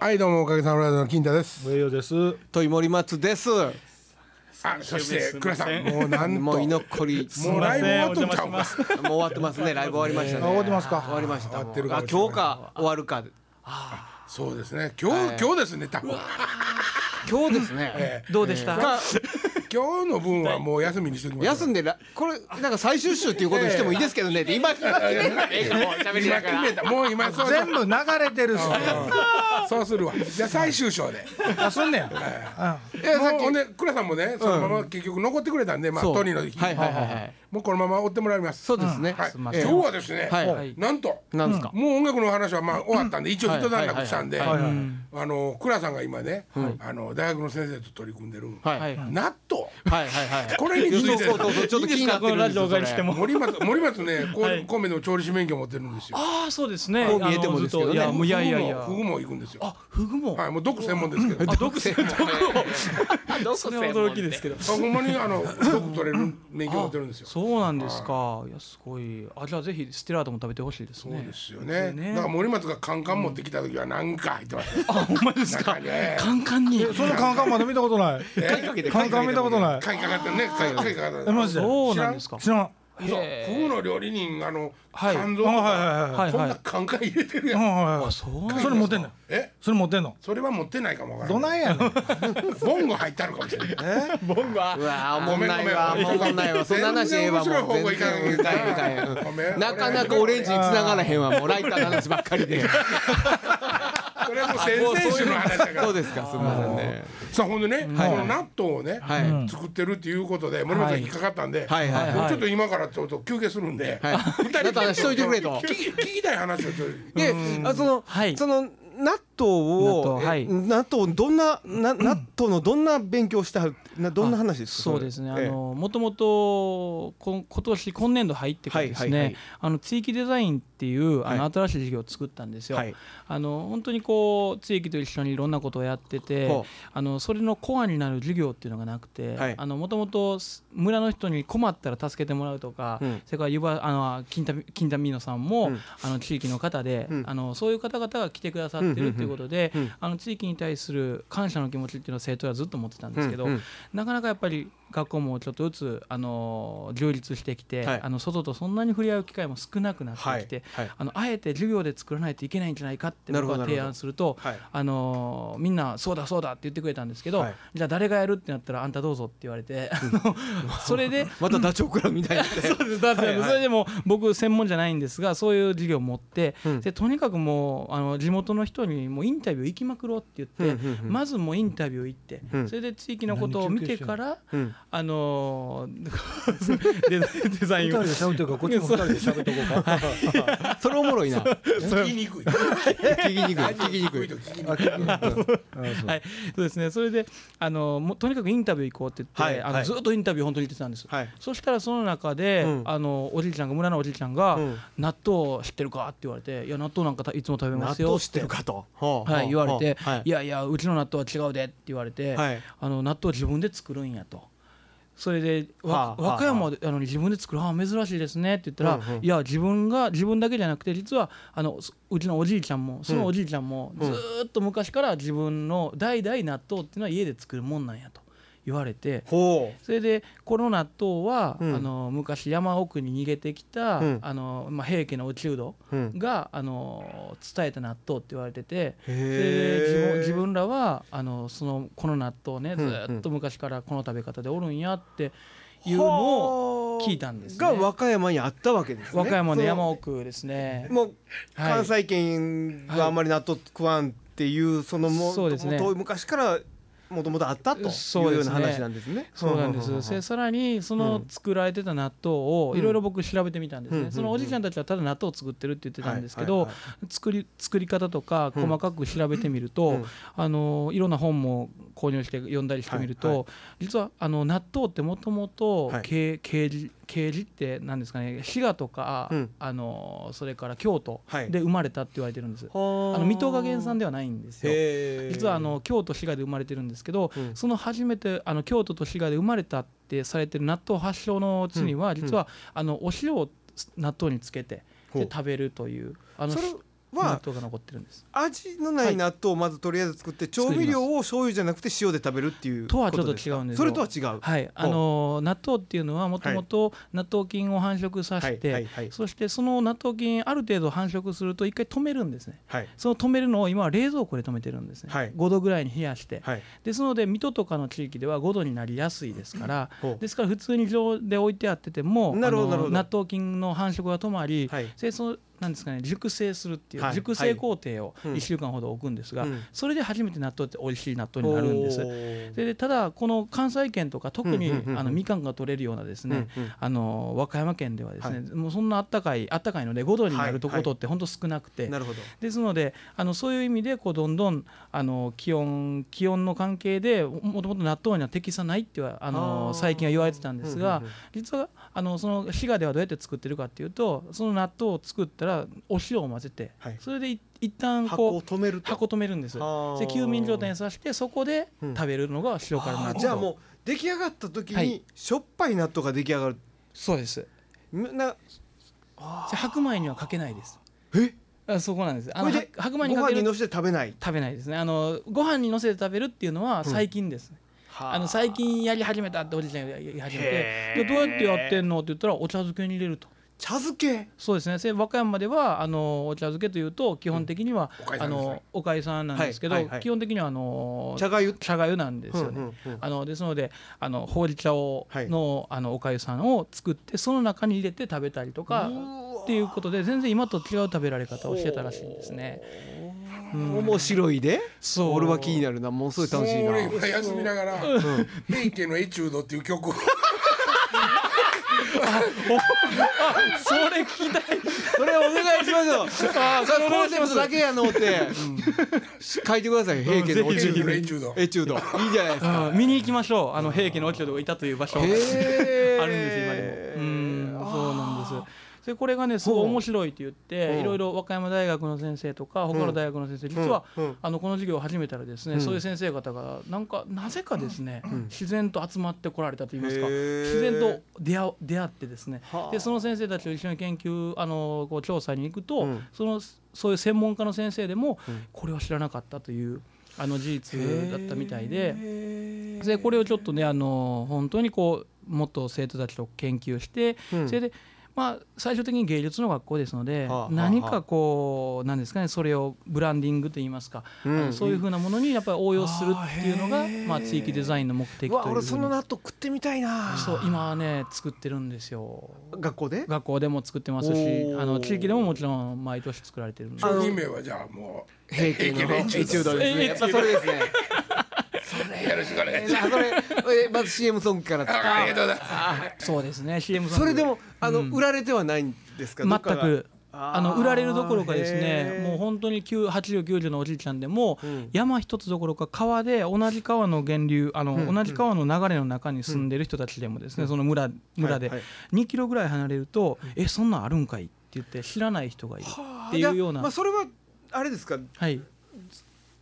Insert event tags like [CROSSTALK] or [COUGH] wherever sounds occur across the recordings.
はいどうもおかげさまでの金太です栄養です。とい森松です。あそして倉さんもうなんとももう居う残り、もライブ終わっとんちゃうかお邪魔します。う終わってますね。ライブ終わりましたあね。終わってますか終わりました。終わってるかあもしれない今日か終わるか。そうですね今日今日ですね多分今日ですね。どうでした、か今日の分はもう休みにしときます休んでらこれなんか最終週っていうことにしてもいいですけどね。って今今決めたねもう喋り今なが決ら。めたもう今そう全部流れてるし。そうするわじゃあ最終章であ、そんねや。いやさっきね倉さんもねそのまま結局残ってくれたんでまあそうトニーの日はいはいはいはい。もうこのまま追ってもらいますそうですね。はいすい今ま日せんはですねはいはいなんとなんですか。もう音楽の話はまあ終わったんで一応一段落したんではいはいはいはいあの倉さんが今ねあの大学の先生と取り組んでるはいははいいは納豆はいはい。これについてそうそうそうそうちょっと気になってるんですよ。いいんですかこのラジオお借りしても森松森松ねこうはい神戸の調理師免許持ってるんですよああそうですね。こう見えてもですけどねあのずっといやもういやいやいや。フグもフグも行くんですよあフグも。はいもう毒専門ですけどあ毒性も。どこそれは驚きですけど。あほんまにあの毒取れる免許持ってるんですよそうなんですか。いやすごい。あじゃあぜひステラードも食べてほしいですそうねで。すよねねだから森松がカンカン持ってきた時は何か入ってましたあほんまですか中にね。カンカンに。そんなカンカンまだ見たことない。カンカン見たことない。買いかかってるね買い買いかかってえ、るマジで。そうなんですか。知らん。はそうへーフグの料理人あのはい肝い臓とはいかはいは。はいいこんは。ないカンカン入れてるやうんんはいはあい。そうなんそれ持ってんの。えそれ持ってんの。それは持ってないかもわからどないやねん。ボンゴ入ったのかもしれない。うわーおもごめんんごないめんわおもんない [LAUGHS] わそんな話ええわ全然もう面白い方向行かない全然行かへんごめんなかなかオレンジに繋がらへんわもうライターの話ばっかりでそれはもう先々週の話だからそうですかすみませんねさあほんでね、はいこの納豆をね、はい作ってるっていうことで森本さん引っかかったんで、はいはいはいもうちょっと今からちょっと休憩するんで、はい二 [LAUGHS] 人でだからしといてくれと聞き聞きたい話をちょっとであそのはいその納豆を納豆はいえ納豆をどんなな納豆のどんな勉強してはるなどんな話ですかそうですね。あええのもともと今年今年度入ってからですはいはいはいね。あの地域デザインっていうはあの新しい事業を作ったんですよは。いあの本当にこう地域と一緒にいろんなことをやっててほうあのそれのコアになる授業っていうのがなくてはいもともと村の人に困ったら助けてもらうとか、うんそれからゆばあの金田金田美乃さんも、うんあの地域の方で、うんあのそういう方々が来てくださってるということで、うんうんうんあの地域に対する感謝の気持ちっていうのは生徒はずっと持ってたんですけど、うんうんなかなかやっぱり学校もちょっとずつあの充実してきて、はいあの外とそんなに触れ合う機会も少なくなってきて、はいはいあのあえて授業で作らないといけないんじゃないかってなる僕ほどは提案するとはいあのーみんな「そうだそうだ」って言ってくれたんですけど、はいじゃあ誰がやるってなったら「あんたどうぞ」って言われて、あの [LAUGHS] そ [LAUGHS] れでまたダチョウクラみたいな [LAUGHS] そうですだってはいはいそれでも僕専門じゃないんですがそういう授業を持って、うんでとにかくもうあの地元の人にもうインタビュー行きまくろうって言って、うんうんうんまずもうインタビュー行って、うんそれで地域のことを見てから、うんあのーデザイ [LAUGHS] ンデザ二人インをで喋ってるから、こっちも二人で喋っとこう [LAUGHS] か。それおもろいな聞きにくい。聞きにくい聞きにくいと聞きにあくい。聞いてないあそうはい、そうですね。それで、あの、もうとにかくインタビュー行こうって言って、はいあの、はいずっとインタビュー本当に行ってたんです。はいそしたら、その中で、うんあの、おじいちゃんが、村のおじいちゃんが、うん納豆知ってるかって言われて、いや、納豆なんかたいつも食べますよ。かとははい、言われて、はいい、やいや、うちの納豆は違うでって言われて、はいあの、納豆自分で作るんやと。それで、はわあ和は歌山であの自分で作るあ珍しいですねって言ったら、うんうんいや自分が自分だけじゃなくて実はあのそうちのおじいちゃんもそのおじいちゃんも、ずーっと昔から自分の代々納豆っていうのは家で作るもんなんやと言われてほそれでこの納豆は、うんあの昔山奥に逃げてきた、うんあのまあ、平家のお中道ううんが、あの伝えた納豆って言われてて。で自へ分え自分らはあのそのこの納豆ねうずんーっと昔からこの食べ方でおるんやっていうのをを聞いたんですねが和歌山にあったわけですね和歌山の山を奥ですねもうはい関西圏があんまり納豆食わんっていうそのもそうですねもう遠い昔からもともとあったというそうよでうすなね話なんですねそうなんです、うでさらにそうのん作られてた納豆をうんいろいろ僕調べてみたんですね、うんうんそのおじいちゃんたちはただ納豆を作ってるって言ってたんですけど、はいはい作り作り方とかうん細かく調べてみると、うんあのいろんな本も購入して読んだりしてみると、はいは実はあの納豆ってもともとはい刑事刑事って何ですかね滋賀とか、うんあのそれから京都はいで生まれたって言われてるんです、あのあの水戸が原産ではないんですよ。へー実はあの京都滋賀で生まれてるんですけど、うんその初めてあの京都と滋賀で生まれたってされてる納豆発祥の地には、ん実はあのお塩を納豆につけてほうで食べるというあのそれ納は豆が残ってるんです。味のない納豆をまずとりあえず作って調味料を醤油じゃなくて塩で食べるっていうとはちょっことですか違うんですよそれとは違うはい、あの納豆っていうのはもともと納豆菌を繁殖させて、はいはいはいそしてその納豆菌ある程度繁殖すると一回止めるんですね。はいその止めるのを今は冷蔵庫で止めてるんですね、はい5度ぐらいに冷やして、はいですので水戸とかの地域では5度になりやすいですからほうですから普通に常温で置いてあっててもなるほどあのなるほど納豆菌の繁殖が止まり、はいそれそのなんですかね熟成するっていう、はい熟成工程をうん1週間ほど置くんですが、うんそれで初めて納豆って美味しい納豆になるんですお。ーそれでただこの関西圏とか特にうんうんうんうんあのみかんが取れるようなですね、うんうんあの和歌山県ではですね、もうそんなあったかいあったかいので5度になるとこはいはとって本当少なくて、なるほどですのであのそういう意味でこうどんどんあの気温気温の関係でももともと納豆には適さないってはあのあー最近は言われてたんですうがんうんうん実はあのその滋賀ではどうやって作ってるかっていうとその納豆を作ったらお塩を混ぜて、はいそれでい一旦箱こをう止めると箱止めるんですあーで休眠状態にさしてそこでうん食べるのが塩辛あ納豆ーじゃあもう出来上がった時はいにしょっぱい納豆が出来上がるそうですむなじゃあ白米にはかけないですえあそこなんですあこのれはで白ご米にか飯けにるのせて食べない食べないですねあのご飯にのせて食べるっていうのは最近ですね、あの最近やり始めたっておじいちゃんがやり始めへてーでどうやってやってんのって言ったらお茶漬けに入れると茶漬けそうですねせ和歌山ではあのお茶漬けというと基本的には、うんおかゆさあんですのおかゆさんなんですけど、はいはいはい基本的にはあの茶がゆ茶がゆなんですよね、うんうんうんあのですのであのほうじ茶をはいの,、あのおかゆさんを作ってその中に入れて食べたりとかっていうことで全然今と違う食べられ方をしてたらしいんですね。面白いでそう俺は気になるなもうすごい楽しいな俺今休みながら「平家のエチュード」っていう曲をそれ聞きたいそれお願いし [LAUGHS] ますよあそれコンセプトだけやのって、書いてください平家の「落平ち家のエるチュード」エチュードいいじゃないですかうん見に行きましょうあの平家の落ち度がいたという場所あるんですへー今でもうんそうなんですでこれがねすごい面白いって言っていろいろ和歌山大学の先生とか他の大学の先生実はあのこの授業を始めたらですねそういう先生方がなんかなぜかですね自然と集まってこられたといいますかへー自然と出会う出会ってですねはあでその先生たちと一緒に研究あのこう調査に行くとうんそのそういう専門家の先生でもこれは知らなかったというあの事実だったみたいで。でこれをちょっとねあの本当にこうもっと生徒たちと研究して、うんそれでまあ最終的に芸術の学校ですので、はあはあ何かこうなんですかねそれをブランディングといいますか、うんあのそういうふうなものにやっぱり応用するっていうのあが、ーへーまあ、地域デザインの目的といううわ俺そのふ納う豆食ってみたいなにそう今はね作ってるんですよ学校で学校でも作ってますおしーあの地域でももちろん毎年作られてるんで商品名はじゃあもう平家のエチュードですねやっぱそれですねよろしくお願いえします。ーそれえーまず CM ソングからあありがとうございます。そうですね CM ソングそれでもあの売られてはないんですかど全っかがくあーあの売られるどころかですへねーもう本当に9 80、90のおじいちゃんでも、ん山一つどころか川で同じ川の源流あの、同じ川の流れの中に住んでる人たちでもですね、その村村ではいはい2キロぐらい離れると、えそんなんあるんかいって言って知らない人がいるはあっていうようじゃあなまあ、それはあれですかはい、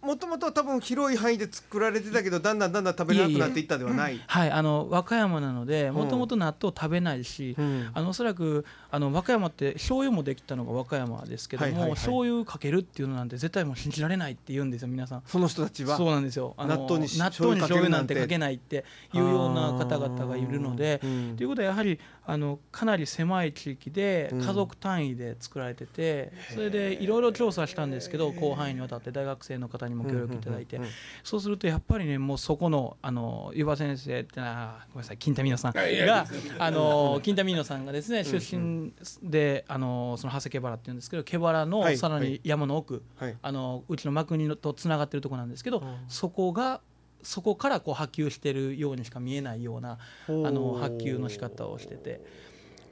もともとは多分広い範囲で作られてたけどだんだんだんだん食べれなくなっていったんではないはい、あの和歌山なのでもともと納豆食べないし、うんあのおそらくあの和歌山って醤油もできたのが和歌山ですけどはも、いはいはい醤油かけるっていうのなんて絶対もう信じられないって言うんですよ皆さん。その人たちはそうなんですよあの納豆にし納豆に醤醤油油ななんんててかけないっていうような方々がいるのであーうんということはやはりあのかなり狭い地域でん家族単位で作られててそれでいろいろ調査したんですけど広範囲にわたって大学生の方にも協力いただいてそうするとやっぱりねもうそこのあの湯葉先生ってなごめんなさい金田美乃さんいやいやがあの金田美乃さんがですね出身であのその長谷ケバラっていうんですけどケバラはのいさらはにい山の奥はいあのうちの幕国とつながってるところなんですけど、そこがそこからこう波及してるようにしか見えないようなあほうの波及の仕方をしてて、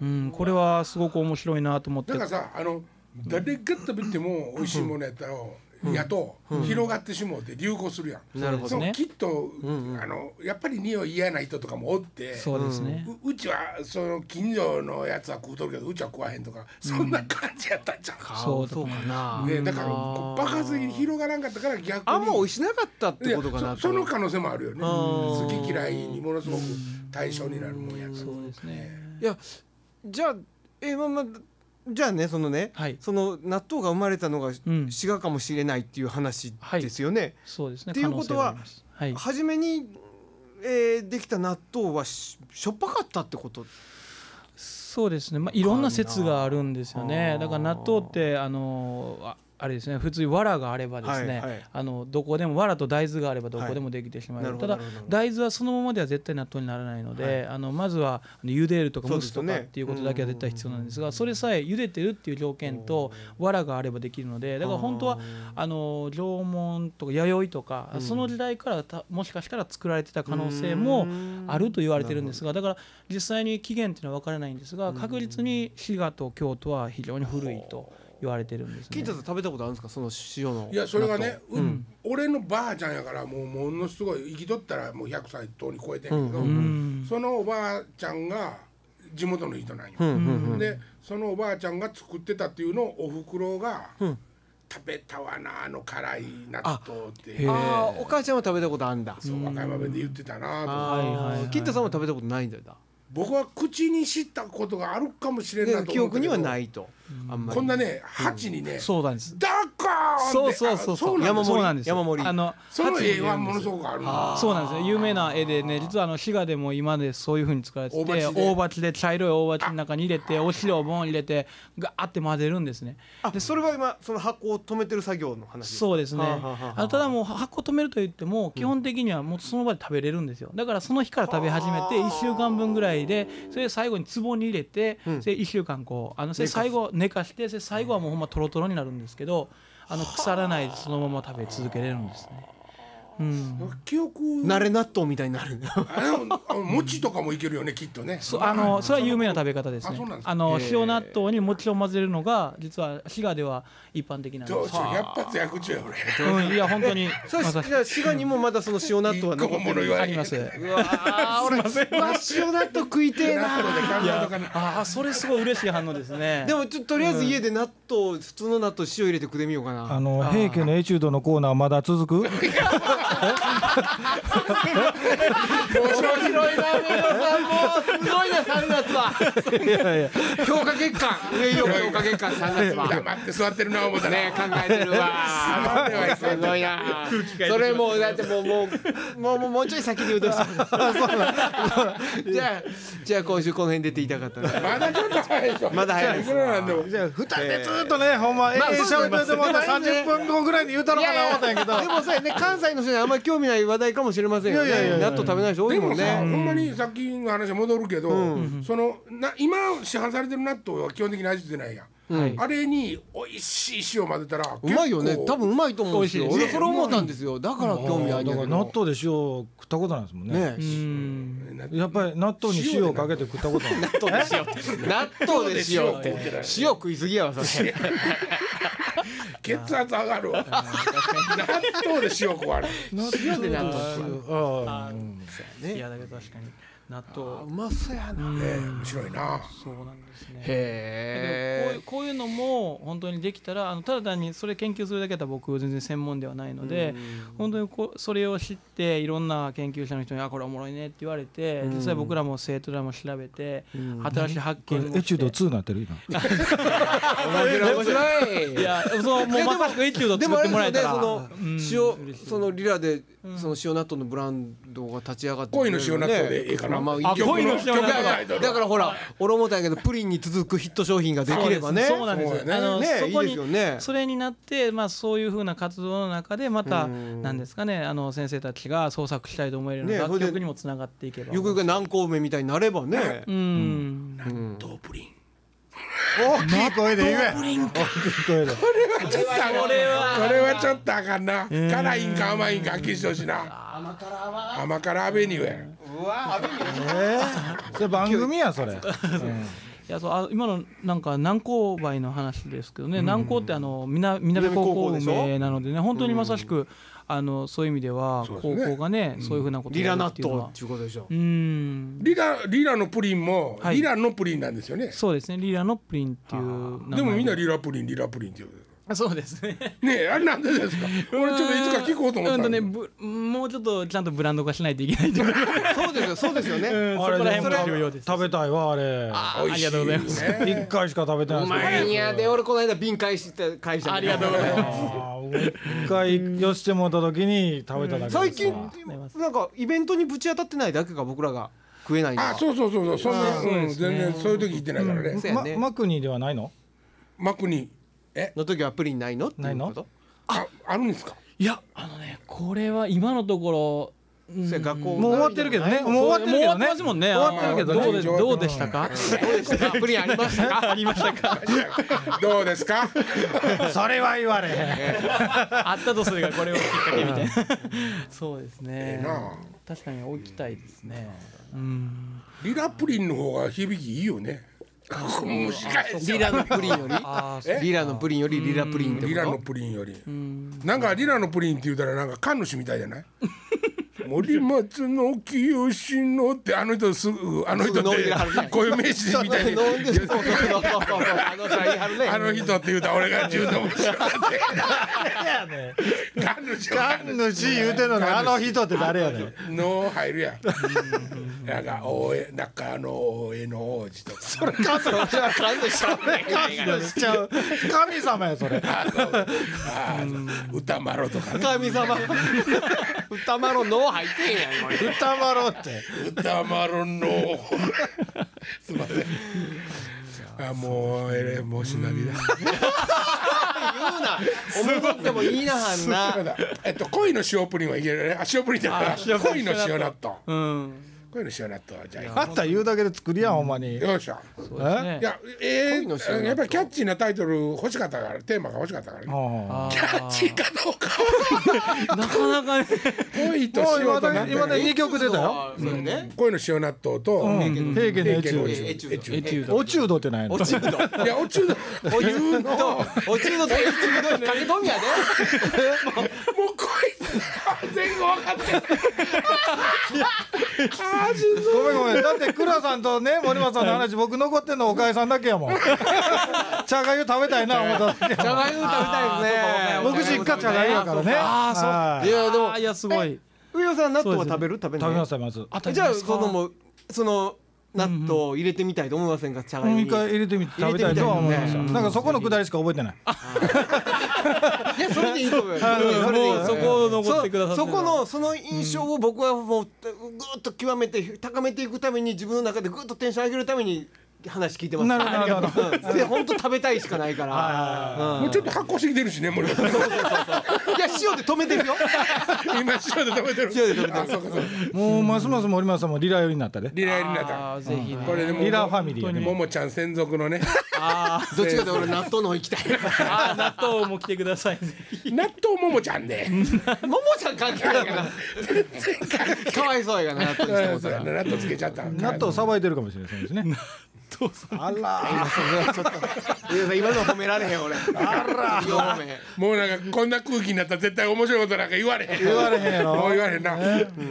うん、これはすごく面白いなと思ってだからさあの誰が食べても美味しいものやったら、やと広がってしもうて流行するやん。なるほどそうねきっと、あのやっぱり匂い嫌な人とかもおって。そうですね、ううちはその近所のやつは食うとるけどうちは食わへんとかそんな感じやったんじゃんか、そうそうなね、だからこう爆発的に広がらんかったから逆にあんま美味しなかったってことかいやなそそのと可能性もあるよねあー好き嫌いにものすごく対象になるもんやからそうですねいやじゃあえーまあまあじゃあねそのね、はいその納豆が生まれたのがうん滋賀かもしれないっていう話ですよね。そうですねっていうことは可能性ありますはい、初めに、えーできた納豆はししょっぱかったってこと。そうですね、まあ、いろんな説があるんですよあねーだから納豆ってあのああれですね普通に藁があればですね、はいはいあのどこでも藁と大豆があればどこでもできてしまう、はいなるほたどだなるほど大豆はそのままでは絶対納豆にならないので、あのまずはあの茹でるとかそう蒸ですすよとねかっていうことだけは絶対必要なんですがそれさえ茹でてるっていう条件と藁があればできるのでだから本当はあの縄文とか弥生とか、その時代からたもしかしたら作られてた可能性もあると言われてるんですがだから実際に起源っていうのは分からないんですが確実に滋賀と京都は非常に古いと言われてるんです金ね太。さん食べたことあるんですかその塩の。いやそれがね、う俺のばあちゃんやからもうものすごい生きとったらもう100歳とうに超えてんやけど、うんそのおばあちゃんが地元の人なんよ、うんうんうん。でそのおばあちゃんが作ってたっていうのをおふくろが、食べたわなあの辛い納豆ってへいうああお母ちゃんは食べたことあるんだ。そう和歌山弁で言ってたなとあはいはいーはい金太さんは食べたことないんだよな。僕は口に知ったことがあるかもしれんなでい記憶にはないいと。あんまり。こんなね鉢にね、そうなんです。ダカーンそうそうそうそう。なん山です盛りそうなんですよ山盛りあのその絵は八も里のすごくあるのそうなんですね有名な絵でね実はあの滋賀でも今でそういう風に作られてて大鉢で大鉢で茶色い大鉢の中に入れてお汁をボン入れてガーって混ぜるんですねあでそれは今その箱を止めてる作業の話そうですねはあはあはああのただもう発酵止めると言っても基本的にはもうその場で食べれるんですよだからその日から食べ始めて1週間分ぐらいでそれで最後に壺に入れてそれ1週間こうあのそれ最後寝かしてそれ最後はもうほんまトロトロになるんですけどあの腐らないでそのまま食べ続けれるんですねうん記憶慣れ納豆みたいになるあれもあの餅とかもいけるよねきっとねそうあのそれは有名な食べ方ですあねそうなんです。かあのへえ塩納豆に餅を混ぜるのが実は滋賀では一般的なんでどうすし。よう百発百中やうんいや本当にそうまさ [LAUGHS] しじゃあ滋賀にもまだその塩納俺豆は一個残もおってもろいるわあります。うわー俺うわ塩納豆食いてえ納な豆で考えとかなああそれすごい嬉しい反応ですね。でもちょっととりあえず家で納豆普通の納豆塩入れてくれみようかなあの平家のエチュードのコーナーまだ続く？面白いな上野さんもうすごいな3月はいやいや。強化月間上野強化月間3月は黙って座ってるな思ったらね考えてるわ [LAUGHS] すごいなそれもうだってもうもうもうもうもうちょい先に言うとした [LAUGHS] じゃあじゃあ今週この辺出ていたかったなまだちょっと早いでしょまだ早いですくらなんでもじゃあ二人でずっとね、ほんま、ええまあそうそう喋っててもまあ三十分後ぐらいに言うたろうかな思ったんやけど。でもさね関西の人にあんまり興味ない話題かもしれませんよねいやいやいやいや納豆食べない人多いでももんさ、ほねんまにさっきの話戻るけど、そのな今市販されてる納豆は基本的に味付いてないやん、あれに美味しい塩混ぜたらうまいよね多分うまいと思うんですよ美味しい俺それ思ったんですよだから興味あるんだけど納豆で塩を食ったことないですもんね。ねうん結構やっぱり納豆に塩をかけて食ったことない。納豆で塩って納豆で塩って塩食いすぎやわそれ血圧上がるわ納豆で塩食われる塩で納豆食うああ、いやだけど確かに納あう豆まそうやなええ面白いなそうなんですね。こういへうこういうのも本当にできたらあのただ単にそれ研究するだけだったら僕全然専門ではないので本当にこうそれを知っていろんな研究者の人に「あこれおもろいね」って言われて実際僕らも生徒らも調べて新しい発これ見をしてエチュード2になってる今。え面白い面白いいやそうもうまさしくエチュードでもあれ作ってもらえでたすらよねその塩そのリラでんその塩納豆のブランドが立ち上がって恋の塩納豆でええかなまああ曲恋の塩納豆曲がアイドルだからほら俺思ったんやけどプリンに続くヒット商品ができればねそうなんですそうよ。だあよねのねそこいいですよにねそれになってまあそういう風な活動の中でまたうんなんですかねあの先生たちが創作したいと思えるようねな楽それで曲にもつながっていけば。ゆくゆく南高梅みたいになればねうん。豆プリン大きい声で言え。大きい声で。ちょっとあのこれはちょっとあかんな、辛いんか甘いんかはっきりしてほしいな甘辛アベニューやええ、それ番組やそれ。いやそうあ今のなんか南高梅の話ですけどね、南高ってあの南南高校南高校でし梅なのでね本当にまさしく、あのそういう意味ではそうです高ね校がねそういう風なことをリラやる納っていうの豆はっていうことでしょうんリラリラのプリンも、はいリラのプリンなんですよねそうですねリラのプリンっていう名前でもみんなリラプリンリラプリンって言うそうですね。ねえあれなんでですか [LAUGHS] 俺ちょっといつか聞こうと思っうんたとんね、でぶもうちょっとちゃんとブランド化しないといけないというかそうですよそうですよね、うんそこあれらで辺もも重要です。食べたいわあれありがとうございます。一回しか食べてなういまいんですやで俺この間瓶返して会社にありがとうございます。あー一回寄してもらった時に食べただけですわ最近なんかイベントにぶち当たってないだけが僕らが食えないのはあそうそうそうそうそんな、そううんですね全然そういう時行ってないからね、そうやねまマクニではないのマクニえの時はプリンないのっていうことないのああるん [LAUGHS] ですかいやあのねこれは今のところ、うんそや学校もう終わってるけどねもう終わってるけもどう終わっねてますもんね。終わってるけどねどうでどうでしたか？どうでしたかプリンありましたかありましたか？どうですかそれは言われへんあったとすればこれをきっかけみたいな。そうですえねえなあ。確かに置きたいですね。うん。リラプリンの方が響きいいよね蒸し返しリラのプリンよりあえ [LAUGHS] リラのプリンよりリラプリンってリラのこプリンよりなんかリラのプリンって言うたらなんか神主みたいじゃない森松の清志のってあの人すぐあの人っすぐ飲んではるじゃてんこういう名詞とみたいに飲んでそうそうそうそうあの人はいはるねあの人って言うたら俺が中途面白かやっねて神主神主言うてんのにあの人って誰やねんの入るやん。なんか大江中の大江の王子とか。それそれは感動した神主しちゃう神様やそれ歌丸とかね。神様歌丸の脳入ってんやんこれ歌まろうって歌丸の。すみません。あもうえれもうしなりだ。思い出してもいいなはんなまだえっと恋の塩プリンはいけるね。あ塩プリンじゃない。恋の塩納豆。うん。恋の塩納豆じゃあんた言うだけで作りやんほんまにあ。よっしゃ。そうですねい。やえ恋の塩納ー、豆やっぱりキャッチーなタイトル欲しかったからテーマが欲しかったからね。あキャッチーかどうか。 [LAUGHS] なかなかね。恋とあもう塩今となだんけ今だだけど2曲出たよそうやね恋の塩納豆と。うん平家のエチュエーチュードエチュエチュードド。お中度ってないの落ちるのいや、落ちるの。お中元と、お中元と、お中元にかけとんやで。もうこいつ、全部分かってる。あー、しんどいごめんごめんだって倉さんとね森松さんの話僕残ってんのおかえさんだけやもん茶がゆ食べたいな思っただけじゃがいも食べたい僕ですね。実家茶がゆやからねあーそうはいや、でもあ、いやすごい。上尾さん、納豆は食べる、食べ食べなまい。す食べますあ食べじゃまあ、すかそのもう、その納豆を入れてみたいと思いませんか、茶がゆもうに。一回入れてみて食べたいとは思いました入れてみたいねなんかそこのくだりしか覚えてないいや、それでいいと思うよ。あうんそれでいいもうそこを残ってくださってそるそこのその印象を僕はもうぐーっと極めて高めていくために自分の中でぐーっとテンション上げるために話聞いてますなるほどなるほどどで本当食べたいしかないからうんもうちょっと発酵してきてるしね、森本さん。いや塩で止めて [LAUGHS] るよ今、塩で食べてる。塩で止めてるあ、そうか、そうか。もうますます森松さんもリラ寄りになったでリラエリナだ。あーぜひね。これでもうリラファミリーやねももちゃん専属のね。どっちかで俺納豆の方行きた [LAUGHS] いあー納豆も来てください。ぜひ納豆ももちゃんで。ももちゃん関係ないかな。かわいそうやがな、納豆にしてもそたうらや。な納豆つけちゃった。納豆さばいてるかもしれないですねあらそれはちょっと。いや今の褒められへん、俺。あら。両方面もうなんかこんな空気になったら絶対面白いことなんか言われへん。言われへんやろもう言われへんな。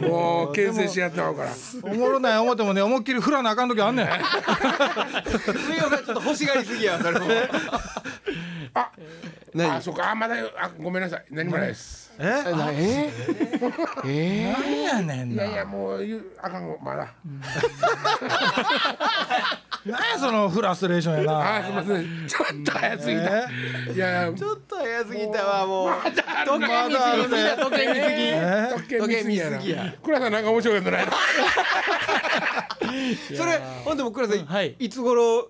もう牽制しやった方から。おもろない思ってもね思いっきり振らなあかん時あんねん水曜さん、ちょっと欲しがりすぎや、それも。あ、あ、何そうか。あ、まだ、あ、ごめんなさい。何もないです。えなええ何やねんいなやいやもう言うあかんわまだ。何やそのフラストレーションやなあーすみません。ちょっと早すぎた。えいやいやちょっと早すぎたわ、もう。時計ま見だあするぎ、みんな時計見すぎ。え時計見すぎやな時計見すぎや。倉さんなんか面白いことないの。それ、ほんでも、倉さはんい、いつ頃、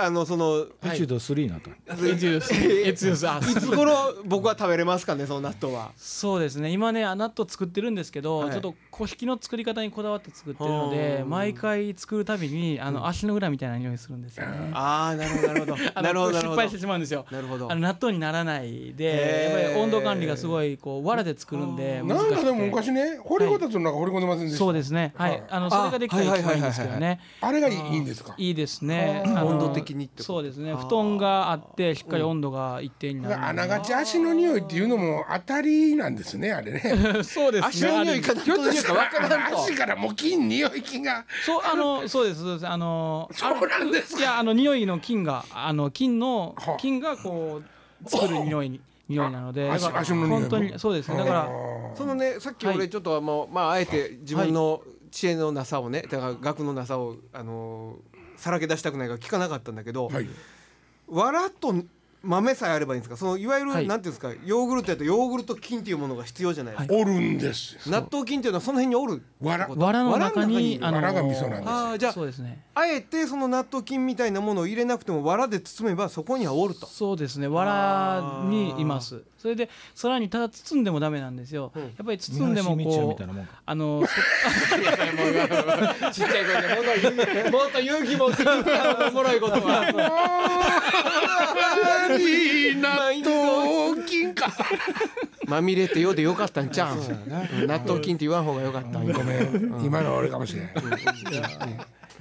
あの、その、エチュード3になったエチュードエチュードあいつ頃、僕は食べれますかね、その納豆は。そうですね今ねあ納豆作ってるんですけど、はいちょっと古式の作り方にこだわって作ってるのでうん毎回作るたびにあの足の裏みたいな匂いするんですよね。 [LAUGHS] ああ、なるほど、なるほど。あのなるほど、なる失ほ敗してど。しまうんですよ。なるほどあの。納豆にならないへでーやっぱり温度管理がすごいこう藁で作るんで難なんしくてかでも昔ね掘りごたつの中掘り込んでませんでした。そうですねはい、はいあのあそれができたら一番いいんですけどはいはいねあれがいいいいんですか。いいですねあの温度的にってことそうですねあー布団があってしっかり温度が一定になるあながち足の匂いっていうのも当たりなんですねあれね。そうですね足の匂いか納豆の匂いか分からんと足。からもう金匂い菌がそうあのそうですそうですあのそうなんですいやあの匂いの菌があの菌のはあ菌がこう作る匂いに匂いなのであだから足足の匂い本当にそうですねだからそのねさっきは俺いちょっとあの、まああえて自分の知恵のなさをねだから学のなさをあのーさらけ出したくないから聞かなかったんだけど、はいわらっと豆さえあればいいんですかそのいわゆる、はいなんていうんですかヨーグルトやとヨーグルト菌っていうものが必要じゃないですか、おるんですよ納豆菌っていうのはその辺におるわら藁の中に藁の中に藁が味噌なんですよああのーじゃあそうですねあえてその納豆菌みたいなものを入れなくても藁で包めばそこにはおるとそうですね藁にいますそれでさらにただ包んでもダメなんですよ、やっぱり包んでも三橋美智也こみたういなもんかあのそちっちゃい声でもっと勇気もっと勇気持っておもろいことは何納豆菌か [LAUGHS] まみれてようでよかったんちゃうん納豆菌って言わん方がよかったんよごめん今のは俺かもしれない [LAUGHS]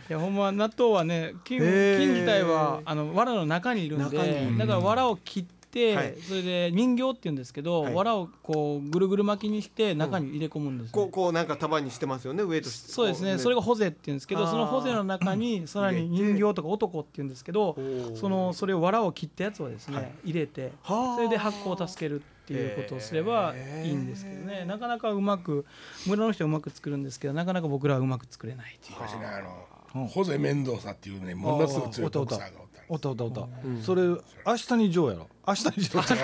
いやほんま納豆はね菌へー菌自体はあの藁の中にいるん中でにだから藁を切って、はいそれで人形って言うんですけど、はい藁をこうぐるぐる巻きにして中に入れ込むんですね、こうこうなんか束にしてますよね上としてそうですねそれがホゼって言うんですけあどーそのホゼの中 [LAUGHS] にさらに人形とか男って言うんですけどーそのそれを藁を切ったやつをですね、入れてはあそれで発酵を助けるっていうことをすればへーいいんですけどねなかなかうまく村の人はうまく作るんですけどなかなか僕らはうまく作れないっていう昔ねあのホゼメンドーサっていうねものすごい強いボクサーがおったんですおったおったおった、それ明日にジョーやろ明日にジョー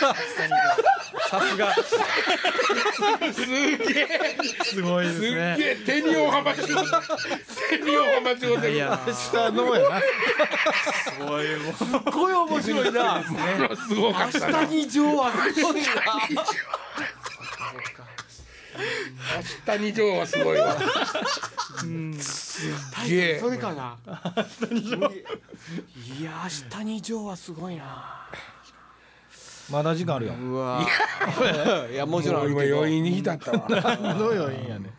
さすがすげえすごいですっねげえ手におはまちご手におはまちごでいや [LAUGHS] 明日のやなすごい面白いなものすごかったな下に上は [LAUGHS] すごいな下に上はすごいわすっげえそれかないや下に上はすごいなまだ時間あるようわ [LAUGHS] いやもちろんもあうる今けど余韻に浸ったわどうよいいんやね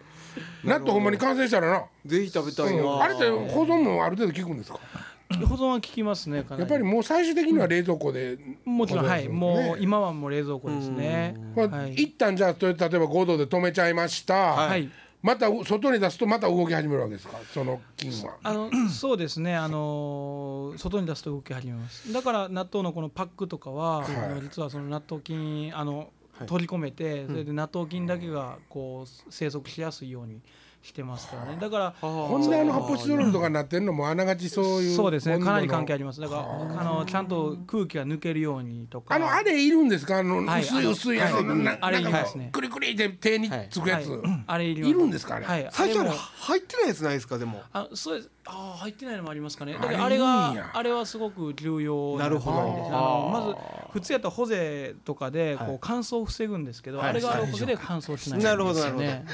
納豆ほんまに完成したらなぜひ食べたいうんなあれって保存もある程度効くんですか [COUGHS] 保存は効きますねかなやっりぱりもう最終的には冷蔵庫でもちろんはいもうね今はもう冷蔵庫ですねまあはい一旦じゃあ例えば5度で止めちゃいましたはいまた外に出すとまた動き始めるわけですかその菌はあの [CLEARS THROAT] そうですね、あのー外に出すと動き始めますだから納豆のこのパックとかは、はいあの実はその納豆菌あの、取り込めてそれで納豆菌だけがこう生息しやすいようにしてますからねだからこんなあの発泡スチロールとかになってるのもあながちそういうそうですねかなり関係ありりますだからあのちゃんと空気が抜けるようにとかあのあれいるんですかあのはい薄い薄いあのなあなれんいかますねこうクリクリって手につくやつはいあれいりますいるんですかあれはい、最近ああれれも入ってないやつないですかでもあそうですあー入ってないのもありますかねだかあらあれれいいんやがあれはすごく重要なるほどんですあのまず普通やったらホゼとかでこう乾燥を防ぐんですけど、あれがあることで乾燥しないんですなよるほどねなるほどはい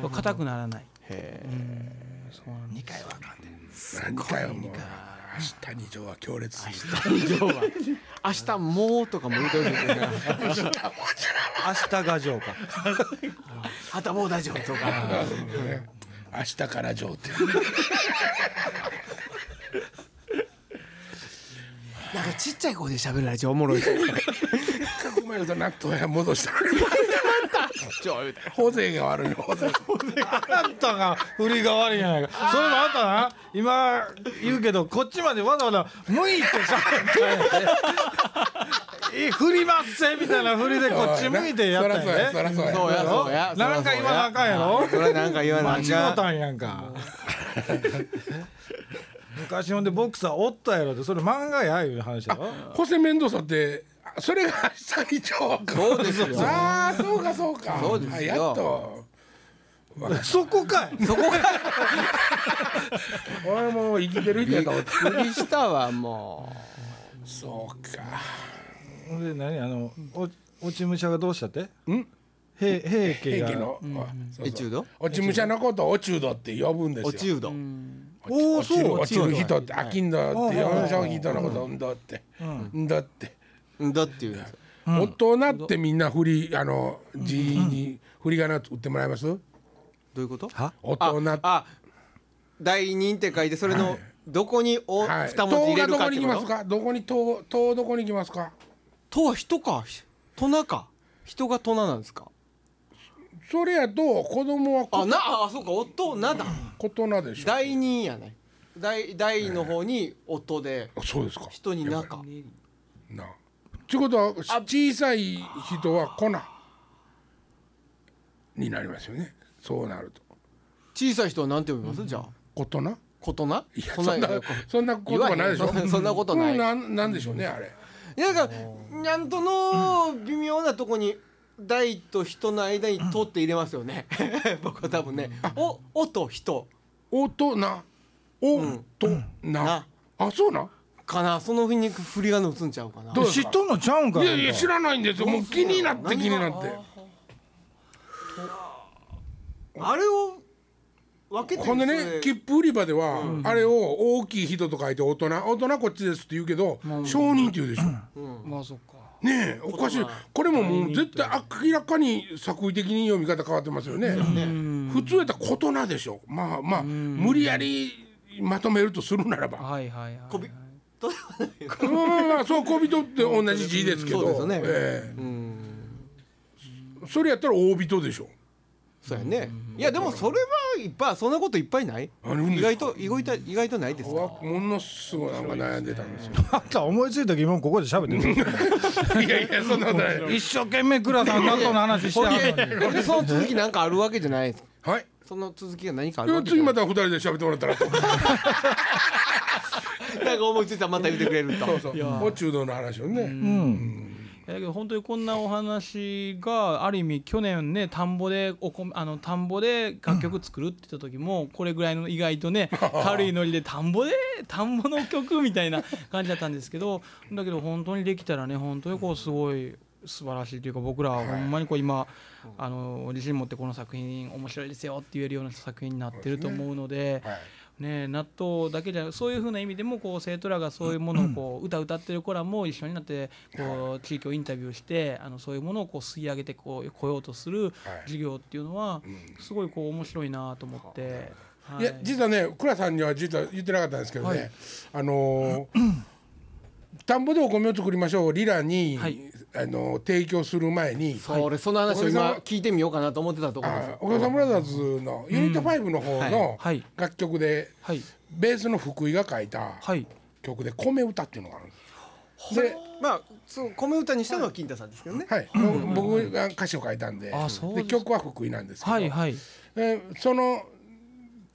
そう硬くならない何回もう明日に情は強烈すぎる明日もうとかも言うとるけどね明日がジョーかあたもう大丈夫と [LAUGHS] か明日から情ってなんかちっちゃい声で喋るラジオおもろいせっかくうまいこと納豆や戻した [LAUGHS] のに [LAUGHS] ホゼが悪いのホゼ [LAUGHS] あんたが振りが悪いじゃないかそれもあんたな今言うけどこっちまでわざわざ「向いてしゃべ [LAUGHS] ってえ振りまっせ」みたいな振りでこっち向いてやったんそらそやらそらそそううやや [LAUGHS] そうやそらなんか言わなあかんやろそれなんか言わな間あ違うかんたんやんか [LAUGHS] 昔ほんでボクサーおったやろってそれ漫画やいう話やろホセメンドサってあそれが明日に情かそうですよああそうかそうかそうですよあやっとそこかいそこ俺もう生きてる人やと思ってびしたわもそうかで何あのお落ち武者がどうしたってん平平家平家がのそうそうエチュード落ち武者のことを落ちうどって呼ぶんでうおすちようどおお落ちそるう落ちる人って飽きんだって四章人のことうんだってうんだってんだっていうんですよ大人ってみんな振りあの字に振り仮名打ってもらえますどういうこと大あ人ってあ大人って書いてそれのどこにおはい二文字党入れがるどかこっに行きてこますとかどこに党党どこに行きますかとは人かとなか人がとななんですかそれやと子供はあこなあそうかおとなだことなでしょ大人やね台台の方に音であそうですか人に中なってことは小さい人は粉になりますよねそうなると小さい人はなんて呼びますじゃあ大人ことないやこそんなそんなことはないでしょ言わへんそんなことないうんなんなんでしょうねあれいやなんかにゃんとの微妙なとこに大と人の間にとって入れますよね [LAUGHS] 僕は多分ねおおと人大人大人なあそうなかなその辺に振り仮名打つんちゃうかなどうです知かっとんのちゃうんかいやいや知らないんですよもう気になって気になってあれを分けてほんでね切符売り場ではあれを大きい人と書いて大人大人こっちですって言うけど承認って言うでしょまあそっかねえおかしいこれももう絶対明らかに作為的に読み方変わってますよね普通やったら「ことな」でしょまあまあ無理やりまとめるとするならばはいはいはいこびとではまないあまあまあそう小人って同じ字ですけど [LAUGHS] そうですよねえうんえそれやったら大人でしょそうやねいやでもそれはいっぱいそんなこといっぱいないあるんです意か外と意外と意外とないですかわものすごいなんか悩んでたんですよあんた思いついた疑問ここで喋ってるいやいやそんなことない一生懸命倉さん納豆の話してはんのにでその続きなんかあるわけじゃないはいその続きが何かあでるはわけじ次ゃなまいた二人で喋ってもらったら [LAUGHS] となんか思いついたらまた言ってくれるとそうそうもう中道の話をねいやだけど本当にこんなお話がある意味去年ね田んぼでおこあの田んぼで楽曲作るって言った時もこれぐらいの意外と [LAUGHS] ね軽いノリで田んぼで田んぼの曲みたいな感じだったんですけどだけど本当にできたらね本当にこうすごい素晴らしいというか僕らはほんまにこう今あの自信持ってこの作品面白いですよって言えるような作品になってると思うので。はいねえ納豆だけじゃなくそういうふうな意味でもこう生徒らがそういうものをこう歌歌ってる子らも一緒になってこう地域をインタビューしてあのそういうものをこう吸い上げてこう来ようとする授業っていうのはすごいこう面白いなと思って。はいや実はね倉さんには実は言ってなかったんですけどね、はいあのー [CLEARS THROAT] 田んぼでお米を作りましょう」リラに、はいあのー提供する前にそう俺その話を今聞いてみようかなと思ってたところですあお母さんブラザーズのユニット5の方のはいはい楽曲ではいベースの福井が書いたはい曲で「米歌」っていうのがあるんです。でまあそう米歌にしたのは金太さんですけどねはい、僕が歌詞を書いたんであそうでです曲は福井なんですけど、はいはいえーその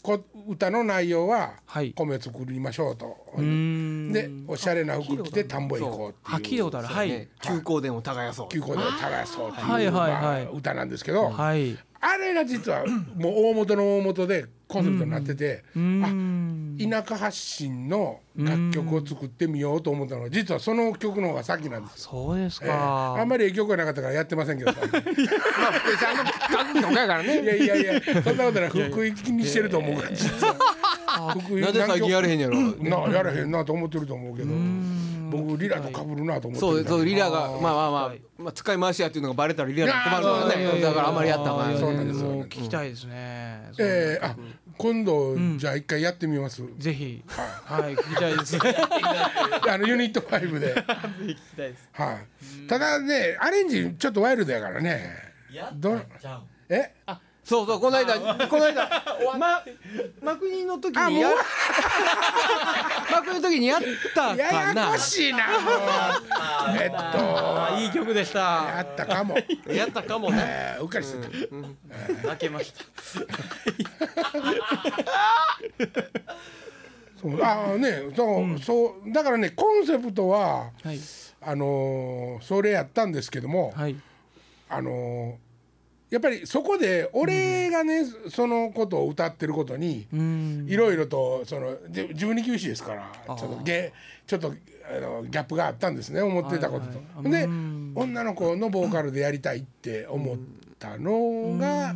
こ歌の内容ははい米を作りましょうと、うーんでおしゃれな服着て田んぼへ行こうはっってきいりうことあるはいね休耕田を耕そう旧校で耕そうっていう、はいはいまはいあ歌なんですけど、はいあれが実はもう大元の大元でコンセプトになってて、うーん田舎発信の楽曲を作ってみようと思ったのが実はその曲の方が先なんですよ。そうですええかあんまり影響がなかったからやってませんけどいまあ福井さんの楽曲やからねやいやいやそんなことない福井気にしてると思うから実は福井なんで最近やれへんややろなやれへんなと思ってると思うけど僕リラと被るなと思ってるそうそうリラがまあまあまはあいまあ使い回しやっていうのがバレたらリラがあの困るからねだからあんまりやったらあかんいよそうねやいやなんですもう聞きたいですねええあ今度じゃあ一回やってみます、ぜひはい聞きたいですねあのユニット5で、聞きたいですはい、ただねアレンジちょっとワイルドやからねどんえそうそうこの間この間ま幕にの時にや幕にの時にやったやかやなこしいなもうえっとあいい曲でしあたったかも、やったかもねえー、うっかりしてた泣けましたそうああねそう、そうだからねコンセプトははいあのーそれやったんですけども、はいあのーやっぱりそこで俺がね、そのことを歌ってることにんいろいろとそのじ自分に厳しいですからちょっとゲちょっとあのギャップがあったんですね思ってたことと。で女の子のボーカルでやりたいって思ったのが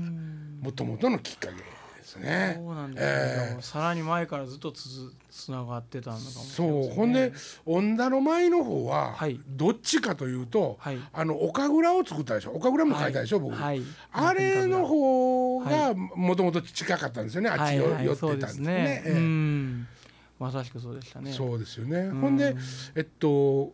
もともとのきっかけですね。そうなんですね、えでもさらに前からずっとつづつながってたのかもーしれないそうほんで女の舞の方ははいどっちかというと、はいあの岡倉を作ったでしょ岡倉も書いたでしょ、僕、はいあれの方はがもともと近かったんですよね、あっはちいよ、はい寄ってたそうんでですすねねええうんまさしくそうでしたねそうですよねほんでえっと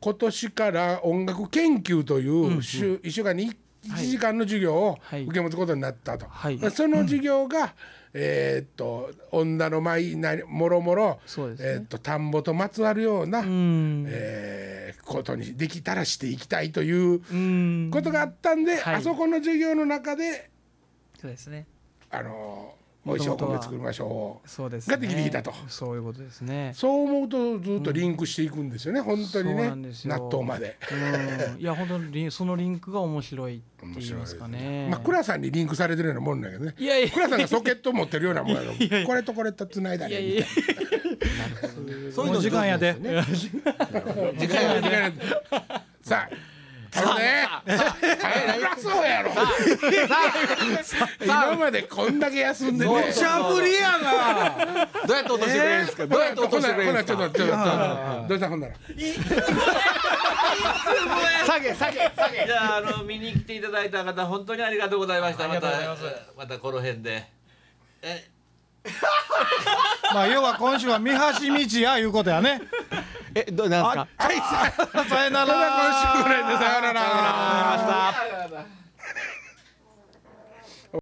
今年から音楽研究という週、一週間に一1時間の授業をはい受け持つことになったと、はいでその授業が、えーっと女の舞なりもろもろ、そうですねえーっと田んぼとまつわるような、うんえーことにできたらしていきたいといううんことがあったんで、はいあそこの授業の中でそうですねあの美味しいお米作りましょうそうですができてきたとそういうことですねそう思うとずっとリンクしていくんですよね、本当にそうねなんですよ納豆まで。うんいや本当にリンそのリンクが面白いって言いますかね。まあ、倉さんにリンクされてるようなもんだけどねいやいや倉さんがソケット持ってるようなもんやろこれとこれとつないだいやりいやそういうの時間やで。時間やでさああのね偉そうやろ今までこんだけ休んでそうねしゃぶりやな。どうやって落としてくれるんですか、どうやって落ほとしなてくれほるんなちょですっかとちょっとちょっとどうしたほんなら下げ下げ下げじゃああの見に来ていただいた方本当にありがとうございました。またまたこの辺で。えまあ要は今週は三橋道やいうことやね。えどうなんですかはいさあさよなほなら。今週これでさようならありがとうございました。あ